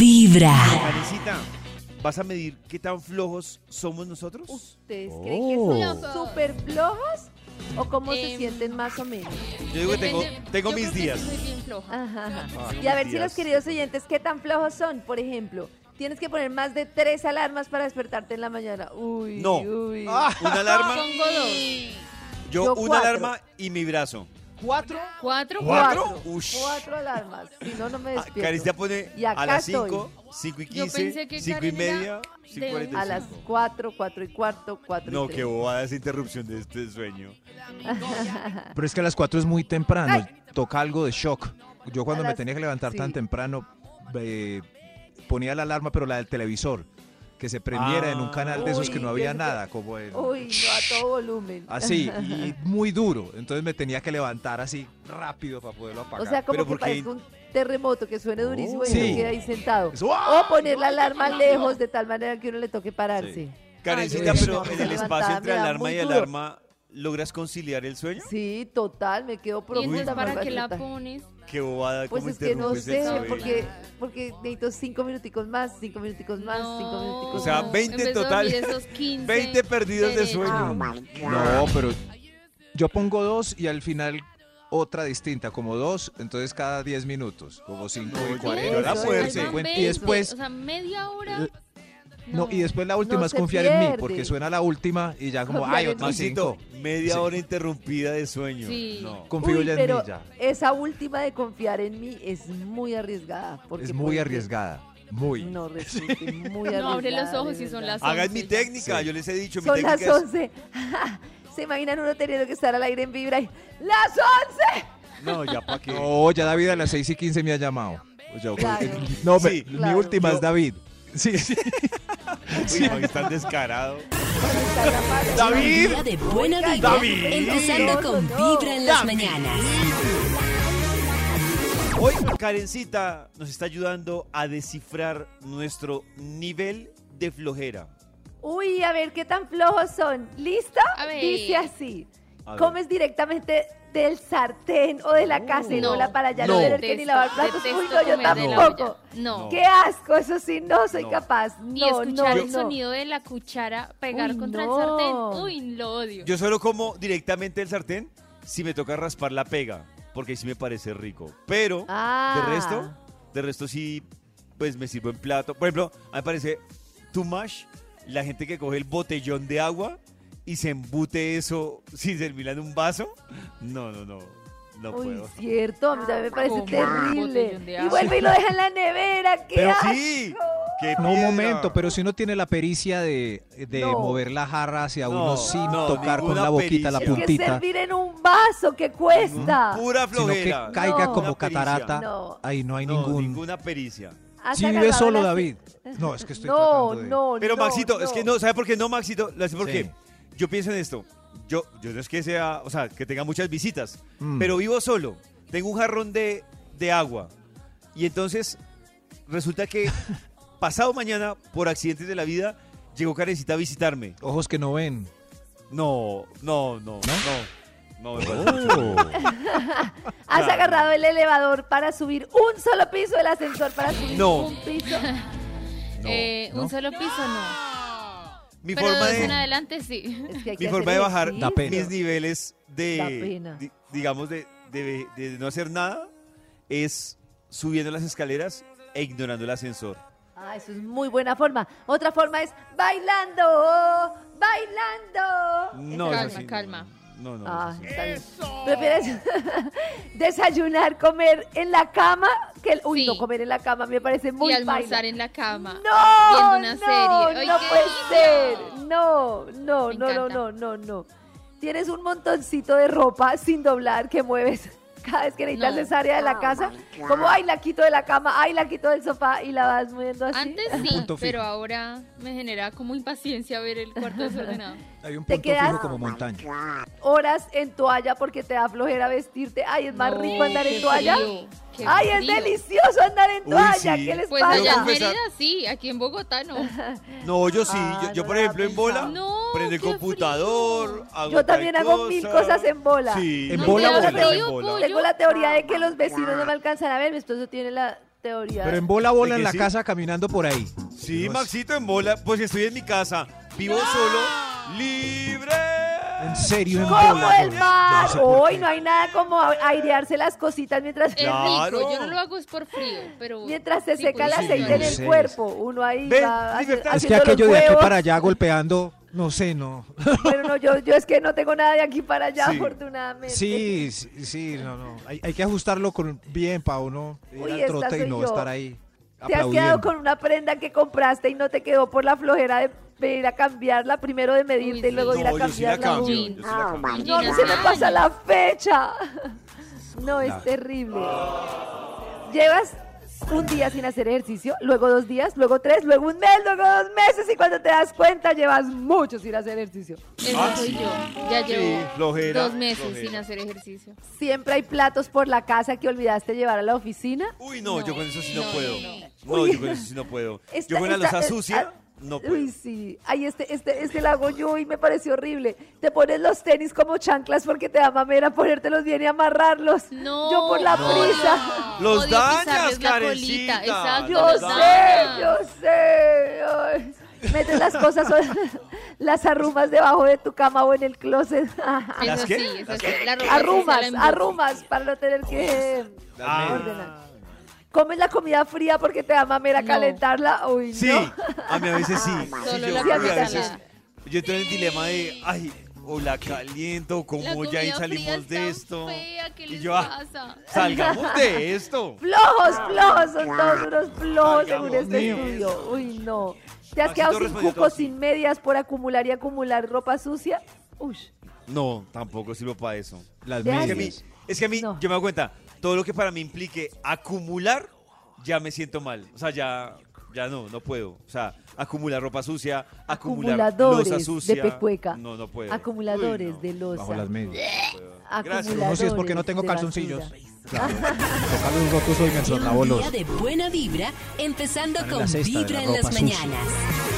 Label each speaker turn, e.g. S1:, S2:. S1: Vibra.
S2: Karencita, ¿vas a medir qué tan flojos somos nosotros?
S3: ¿Ustedes creen que son
S4: Oh.
S3: súper flojos o cómo se
S4: Em.
S3: sienten más o menos?
S2: Yo digo que tengo,
S4: Depende-
S2: tengo
S4: yo
S2: mis
S4: creo que
S2: días.
S4: sí soy bien floja.
S3: Ajá, ajá.
S2: Ah,
S3: Y a ver si
S2: días.
S3: los queridos oyentes, ¿qué tan flojos son? Por ejemplo, tienes que poner más de tres alarmas para despertarte en la mañana. Uy,
S2: No. Ah.
S3: uy.
S2: Una alarma,
S3: Pongo dos.
S2: yo,
S3: Yo
S2: una
S3: cuatro.
S2: alarma y mi brazo.
S5: ¿Cuatro?
S4: ¿Cuatro?
S2: ¿Cuatro?
S3: Cuatro.
S2: Ush.
S3: Cuatro alarmas. Si no, no me
S2: Ah,
S3: despierto.
S2: Karencita pone
S3: Y acá
S2: a las
S3: estoy.
S2: 5, 5 y
S4: Yo
S2: 15,
S4: pensé que
S2: 5 y
S4: Karen era
S2: media,
S4: de
S2: 5 y
S4: un-
S3: A las
S2: 45.
S3: cuatro, cuatro y cuarto, cuatro y
S2: No,
S3: tres.
S2: qué bobada esa interrupción de este sueño.
S5: Pero es que a las cuatro es muy temprano. Toca algo de shock. Yo cuando
S3: A
S5: me
S3: las-
S5: tenía que levantar tan
S3: sí.
S5: temprano, eh, ponía la alarma, pero la del televisor. Que se prendiera en un
S2: Ah.
S5: canal de esos que
S3: Uy,
S5: no había
S3: yo-
S5: nada, como en-
S3: Uy, no, a todo volumen.
S5: Así, y muy duro. Entonces me tenía que levantar así rápido para poderlo apagar.
S3: O sea, como
S2: Pero
S3: que
S2: porque- Oh,
S3: parezca un terremoto que suene durísimo y
S5: Sí.
S3: uno queda ahí sentado.
S5: Eso-
S3: O poner la alarma lejos de tal manera que uno le toque pararse.
S2: Karencita,
S3: Ay, yo
S2: pero
S3: no,
S2: en
S3: me
S2: el espacio
S3: levantaba,
S2: entre
S3: me da
S2: alarma
S3: muy
S2: y
S3: duro.
S2: alarma, ¿logras conciliar el sueño?
S3: Sí, total, me quedo
S4: ¿Y entonces
S3: profunda.
S4: para
S3: mal
S4: qué la
S3: maltratada.
S4: pones?
S2: Qué bobada,
S3: Pues
S2: cómo
S3: es que no
S2: interrumpes el
S3: sé,
S2: sueño.
S3: porque, porque necesito cinco minuticos más, cinco minuticos más, cinco minuticos
S4: No,
S2: O sea,
S3: más.
S2: 20
S4: en vez de
S2: total.
S4: dormir esos 15
S2: 20 perdidos de
S4: derecho.
S3: Ah,
S2: sueño.
S5: No, pero yo pongo dos y al final otra distinta, como dos, entonces cada 10 minutos, como 5
S2: No,
S5: y
S2: yo-
S3: yo
S5: 40,
S3: la
S4: Eso,
S2: fuerza,
S4: ahí van
S5: 50, y
S4: 20,
S5: después
S4: O sea, media hora.
S5: L- no, y después la última
S3: No
S5: es
S3: se
S5: confiar en mí, porque
S3: pierde.
S5: suena la última y ya como,
S3: Confiar
S5: ay,
S3: en
S5: otra
S3: mí.
S2: Maxito,
S5: cinco.
S2: media
S5: Ah, Sí.
S2: hora interrumpida de sueño.
S4: Sí.
S2: No.
S5: Confío
S3: Uy,
S5: ya en
S3: pero
S5: mí ya.
S3: esa última de confiar en mí es muy arriesgada. Porque
S5: Es muy
S3: puede que
S5: arriesgada, muy.
S3: No resulte muy arriesgada.
S4: No, abre los ojos
S3: de
S4: y son
S3: verdad.
S4: las
S2: Hagan
S4: once
S2: mi
S4: ya.
S2: técnica,
S5: Sí.
S2: yo les he dicho, mi
S3: Son
S2: técnica
S3: las
S2: es
S3: 11. ¿Se imaginan uno teniendo que estar al aire en vibra? Y, ¡Las 11!
S2: No, ya para qué.
S5: No, ya David a las 6 y 15 me ha llamado. Pues Yo- eh,
S3: Claro.
S5: No,
S2: Sí,
S5: pero mi
S3: claro.
S5: última
S2: Yo-
S5: es David. Sí, sí.
S2: Uy, Max, tan descarado.
S3: Cuando está la madre.
S2: David.
S1: Una de buena vibra.
S2: David.
S1: Empezando con Vibra en las mañanas.
S2: Hoy Karencita nos está ayudando a descifrar nuestro nivel de flojera.
S3: Uy, a ver qué tan flojos son. ¿Listo?
S4: A ver.
S3: Dice así.
S2: A ver.
S3: Comes directamente del sartén o de la cacerola
S4: No,
S3: para ya no,
S2: no.
S3: tener que ni lavar platos.
S4: Detesto
S3: Uy, no, yo
S4: comer de la
S3: tampoco.
S4: olla. No.
S2: No.
S3: Qué asco, eso sí, no soy
S2: No.
S3: capaz. No,
S4: Ni escuchar
S3: no,
S4: el
S3: no.
S4: sonido de la cuchara pegar
S3: Uy,
S4: contra
S3: no.
S4: el sartén. Uy, lo odio.
S2: Yo solo como directamente el sartén si me toca raspar la pega, porque ahí sí me parece rico. Pero
S3: Ah.
S2: de resto, de resto sí, pues me sirvo en plato. Por ejemplo, a mí me parece too much la gente que coge el botellón de agua y se embute eso sin servirla en un vaso. No, no, no, no
S3: Uy,
S2: puedo.
S3: cierto, a mí también me parece
S4: Como un botellón de
S3: terrible. Y
S4: agua.
S3: vuelve y lo deja en la nevera. ¿Qué
S2: Pero
S3: asco.
S2: sí, qué
S5: No, un
S2: piedra.
S5: momento, pero si uno tiene la pericia de, de
S3: No.
S5: mover la jarra hacia
S2: No,
S5: uno sin
S2: no,
S5: tocar con
S2: ninguna
S5: la boquita, la
S2: pericia.
S3: Es que
S5: puntita,
S3: servir en un vaso que cuesta.
S2: Pura
S5: sino que
S2: flojera.
S5: caiga
S3: No.
S5: como
S2: Una pericia.
S5: catarata,
S3: No.
S5: ahí no hay
S2: No,
S5: ningún...
S2: ninguna pericia.
S3: ¿Has
S5: Si vive
S3: agarrado
S5: solo,
S3: las-
S5: David. No, es que estoy
S3: No,
S5: tratando de...
S3: no,
S2: Pero
S3: no,
S2: Maxito, es que no, ¿sabe por qué no, Maxito? Lo hace porque
S5: Sí.
S2: yo pienso en esto. Yo, yo no es que sea, o sea, que tenga muchas visitas,
S5: Mm.
S2: pero vivo solo. Tengo un jarrón de, de agua. Y entonces, resulta que pasado mañana, por accidentes de la vida, llegó Karencita a visitarme.
S5: Ojos que no ven.
S2: No, no, no, no. No, me parece mucho.
S5: Oh.
S3: Has
S2: Claro.
S3: agarrado el elevador para subir un solo piso, el ascensor para subir
S2: No.
S3: un piso.
S4: Eh,
S5: no.
S4: Un solo piso no.
S2: Mi
S4: Pero
S2: forma
S4: dos
S2: de...
S4: en adelante sí.
S3: Es que hay
S2: mi
S3: que
S2: forma
S3: hacer
S2: de bajar
S3: ejercicio.
S5: Da pena.
S2: mis niveles
S3: Da
S2: de,
S3: pena.
S2: di- digamos, de, de- de no hacer nada es subiendo las escaleras e ignorando el ascensor.
S3: Ah, eso es muy buena forma. Otra forma es bailando, bailando.
S2: No,
S4: Calma,
S2: es así.
S4: calma.
S2: No, no.
S3: Ah,
S2: es así.
S3: está bien. ¿Prefieres desayunar, comer en la cama? Que el- Uy,
S4: Sí.
S3: no, comer en la cama me parece muy
S4: y almorzar
S3: paila.
S4: en la cama.
S3: No,
S4: viendo una
S3: no,
S4: serie. ¡Ay,
S3: no
S4: qué
S3: puede ser.
S4: delicia!
S3: No, no,
S4: Me
S3: no, no,
S4: encanta.
S3: no, no, no. Tienes un montoncito de ropa sin doblar que mueves cada vez que necesitas
S4: No.
S3: esa área de la
S2: Oh
S3: casa. Como, ay, la quito de la cama, ay, la quito del sofá y la vas moviendo así.
S4: Antes sí,
S5: punto fijo.
S4: pero ahora me genera como impaciencia ver el cuarto desordenado.
S5: Hay un
S3: Te
S5: punto
S3: quedas-
S5: fijo como montaña.
S3: Horas en toalla porque te da flojera vestirte. Ay, es más
S4: No,
S3: rico andar
S4: qué
S3: en toalla.
S4: frío, qué
S3: Ay, es
S4: frío.
S3: delicioso andar en
S2: Uy,
S3: toalla.
S2: sí.
S3: ¿Qué les
S4: Pues
S3: pasa?
S4: allá en
S2: Yo confesar-
S4: Mérida sí, aquí en Bogotá no.
S2: No, yo sí.
S3: Ah,
S2: yo, yo,
S3: no
S2: por
S3: la
S2: ejemplo, en bola,
S3: pensaba.
S4: No,
S2: prendo el
S4: qué
S2: computador, hago
S3: Yo también
S2: tal
S3: hago mil
S2: cosa.
S3: cosas en bola.
S2: Sí.
S5: ¿En
S4: No
S5: bola,
S4: te da
S5: bola?
S4: frío,
S3: pues.
S2: En bola.
S4: pollo?
S3: Tengo la teoría de que los vecinos no me alcanzan a ver. Mi esposo tiene la teoría.
S5: Pero en bola, bola
S2: ¿De
S5: en
S2: que
S5: la
S2: sí?
S5: casa caminando por ahí.
S2: Sí,
S5: Dios.
S2: Maxito en bola. Pues estoy en mi casa, vivo solo, libre.
S5: En serio, en
S3: ¡Como
S5: bola.
S3: el
S5: bola.
S3: mar!
S5: Yo no sé por
S3: Hoy
S5: qué.
S3: no hay nada como a- airearse las cositas mientras,
S4: Es
S2: Claro.
S4: rico, yo no lo hago es por frío, pero...
S3: mientras se
S4: sí,
S3: seca el
S4: pues, sí,
S3: aceite en el
S5: sí.
S3: cuerpo. Uno ahí
S2: Ven,
S3: va hace-
S2: libertad.
S5: Es que
S3: haciendo
S5: aquello
S3: los
S5: de aquí
S3: huevos.
S5: para allá golpeando, no sé, no.
S3: Bueno, no, yo, yo es que no tengo nada de aquí para allá,
S2: Sí.
S3: afortunadamente.
S5: Sí, sí, sí, no, no. Hay, hay que ajustarlo con bien para uno ir
S3: Uy,
S5: al
S3: esta
S5: trote y
S3: soy
S5: no
S3: yo.
S5: estar ahí
S3: Te has quedado
S5: aplaudiendo.
S3: con una prenda que compraste y no te quedó por la flojera de de ir a cambiarla, primero de medirte y
S4: sí.
S3: luego de ir a
S2: No, yo sí la
S3: cambiarla.
S2: cambio. Yo
S3: Uy,
S2: sí la cambio.
S4: my
S3: No,
S4: Gina,
S3: se me
S4: no.
S3: pasa la fecha. No, es
S5: Claro.
S3: terrible. Llevas un día sin hacer ejercicio, luego dos días, luego tres, luego un mes, luego dos meses y cuando te das cuenta llevas mucho sin hacer ejercicio.
S4: Eso soy yo. Ya
S2: Ah, Sí,
S4: llevo
S2: flojera,
S4: dos meses
S2: flojera.
S4: sin hacer ejercicio.
S3: Siempre hay platos por la casa que olvidaste llevar a la oficina.
S2: Uy, no, yo con eso sí no,
S4: no,
S2: puedo.
S4: no.
S2: No, yo con eso sí no puedo.
S3: Esta-
S2: yo con la
S3: esta-
S2: losa
S3: eh,
S2: sucia,
S3: ah,
S2: no puedo.
S3: Uy, sí. Ay, este, este, este la hago yo y me pareció horrible. Te pones los tenis como chanclas porque te da mamera ponértelos bien y amarrarlos.
S4: No.
S3: Yo por la
S4: no.
S3: prisa.
S2: Los
S4: Odio
S2: dañas,
S4: pisarles la
S2: Karencita,
S4: colita, Exacto,
S3: Yo
S4: los
S2: no,
S3: sé,
S4: dañas.
S3: yo sé. Ay. Metes las cosas, las arrumas debajo de tu cama o en el closet.
S4: Eso
S2: ¿Las qué?
S4: sí, eso
S2: ¿Las
S4: sí, la ropa sí
S3: arrumas,
S4: sale en
S3: arrumas para no tener que
S2: Ah,
S3: ordenar. Comes la comida fría porque te da mamera
S4: No.
S3: calentarla. Uy,
S2: sí,
S3: no.
S2: a mí a veces sí.
S4: Ah, Solo
S2: Sí, yo,
S4: la
S2: uy, a
S3: comida
S2: veces,
S4: salada.
S2: yo estoy en el dilema de, ay, o la caliento,
S4: La
S2: como ya
S4: comida
S2: y
S4: fría
S2: salimos
S4: es
S2: de
S4: tan
S2: esto.
S4: fea, ¿qué
S2: y
S4: les
S2: yo, ah,
S4: pasa?
S2: salgamos de esto.
S3: Flojos, flojos, son todos unos flojos
S2: Ay,
S3: según
S2: Dios
S3: este
S2: mío.
S3: estudio. Uy, no. ¿Te has
S2: Maxito
S3: quedado sin
S2: respondió
S3: cuco,
S2: todo.
S3: sin medias por acumular y acumular ropa sucia? Uy,
S2: No, tampoco sirvo para eso.
S5: Las
S3: Vean,
S2: Es que a mí,
S5: medias.
S2: es que a mí
S3: No.
S2: yo me doy cuenta, todo lo que para mí implique acumular, ya me siento mal. O sea, ya, ya no, no puedo. O sea, acumular ropa sucia, acumular losa
S3: acumuladores
S2: sucia.
S3: de pecueca.
S2: No, no puedo.
S3: Acumuladores
S2: Uy, no.
S3: de losa.
S5: Bajo las medias.
S2: Gracias.
S5: No, sí, es porque no
S3: acumuladores
S5: tengo
S3: de
S5: calzoncillos.
S3: basura.
S5: Claro. Los calzones rotos hoy me
S1: Y un
S5: ensornabó
S1: día de buena vibra, empezando
S5: Van en
S1: con
S5: la cesta de la
S1: Vibra en
S5: ropa
S1: las
S5: sucia.
S1: mañanas.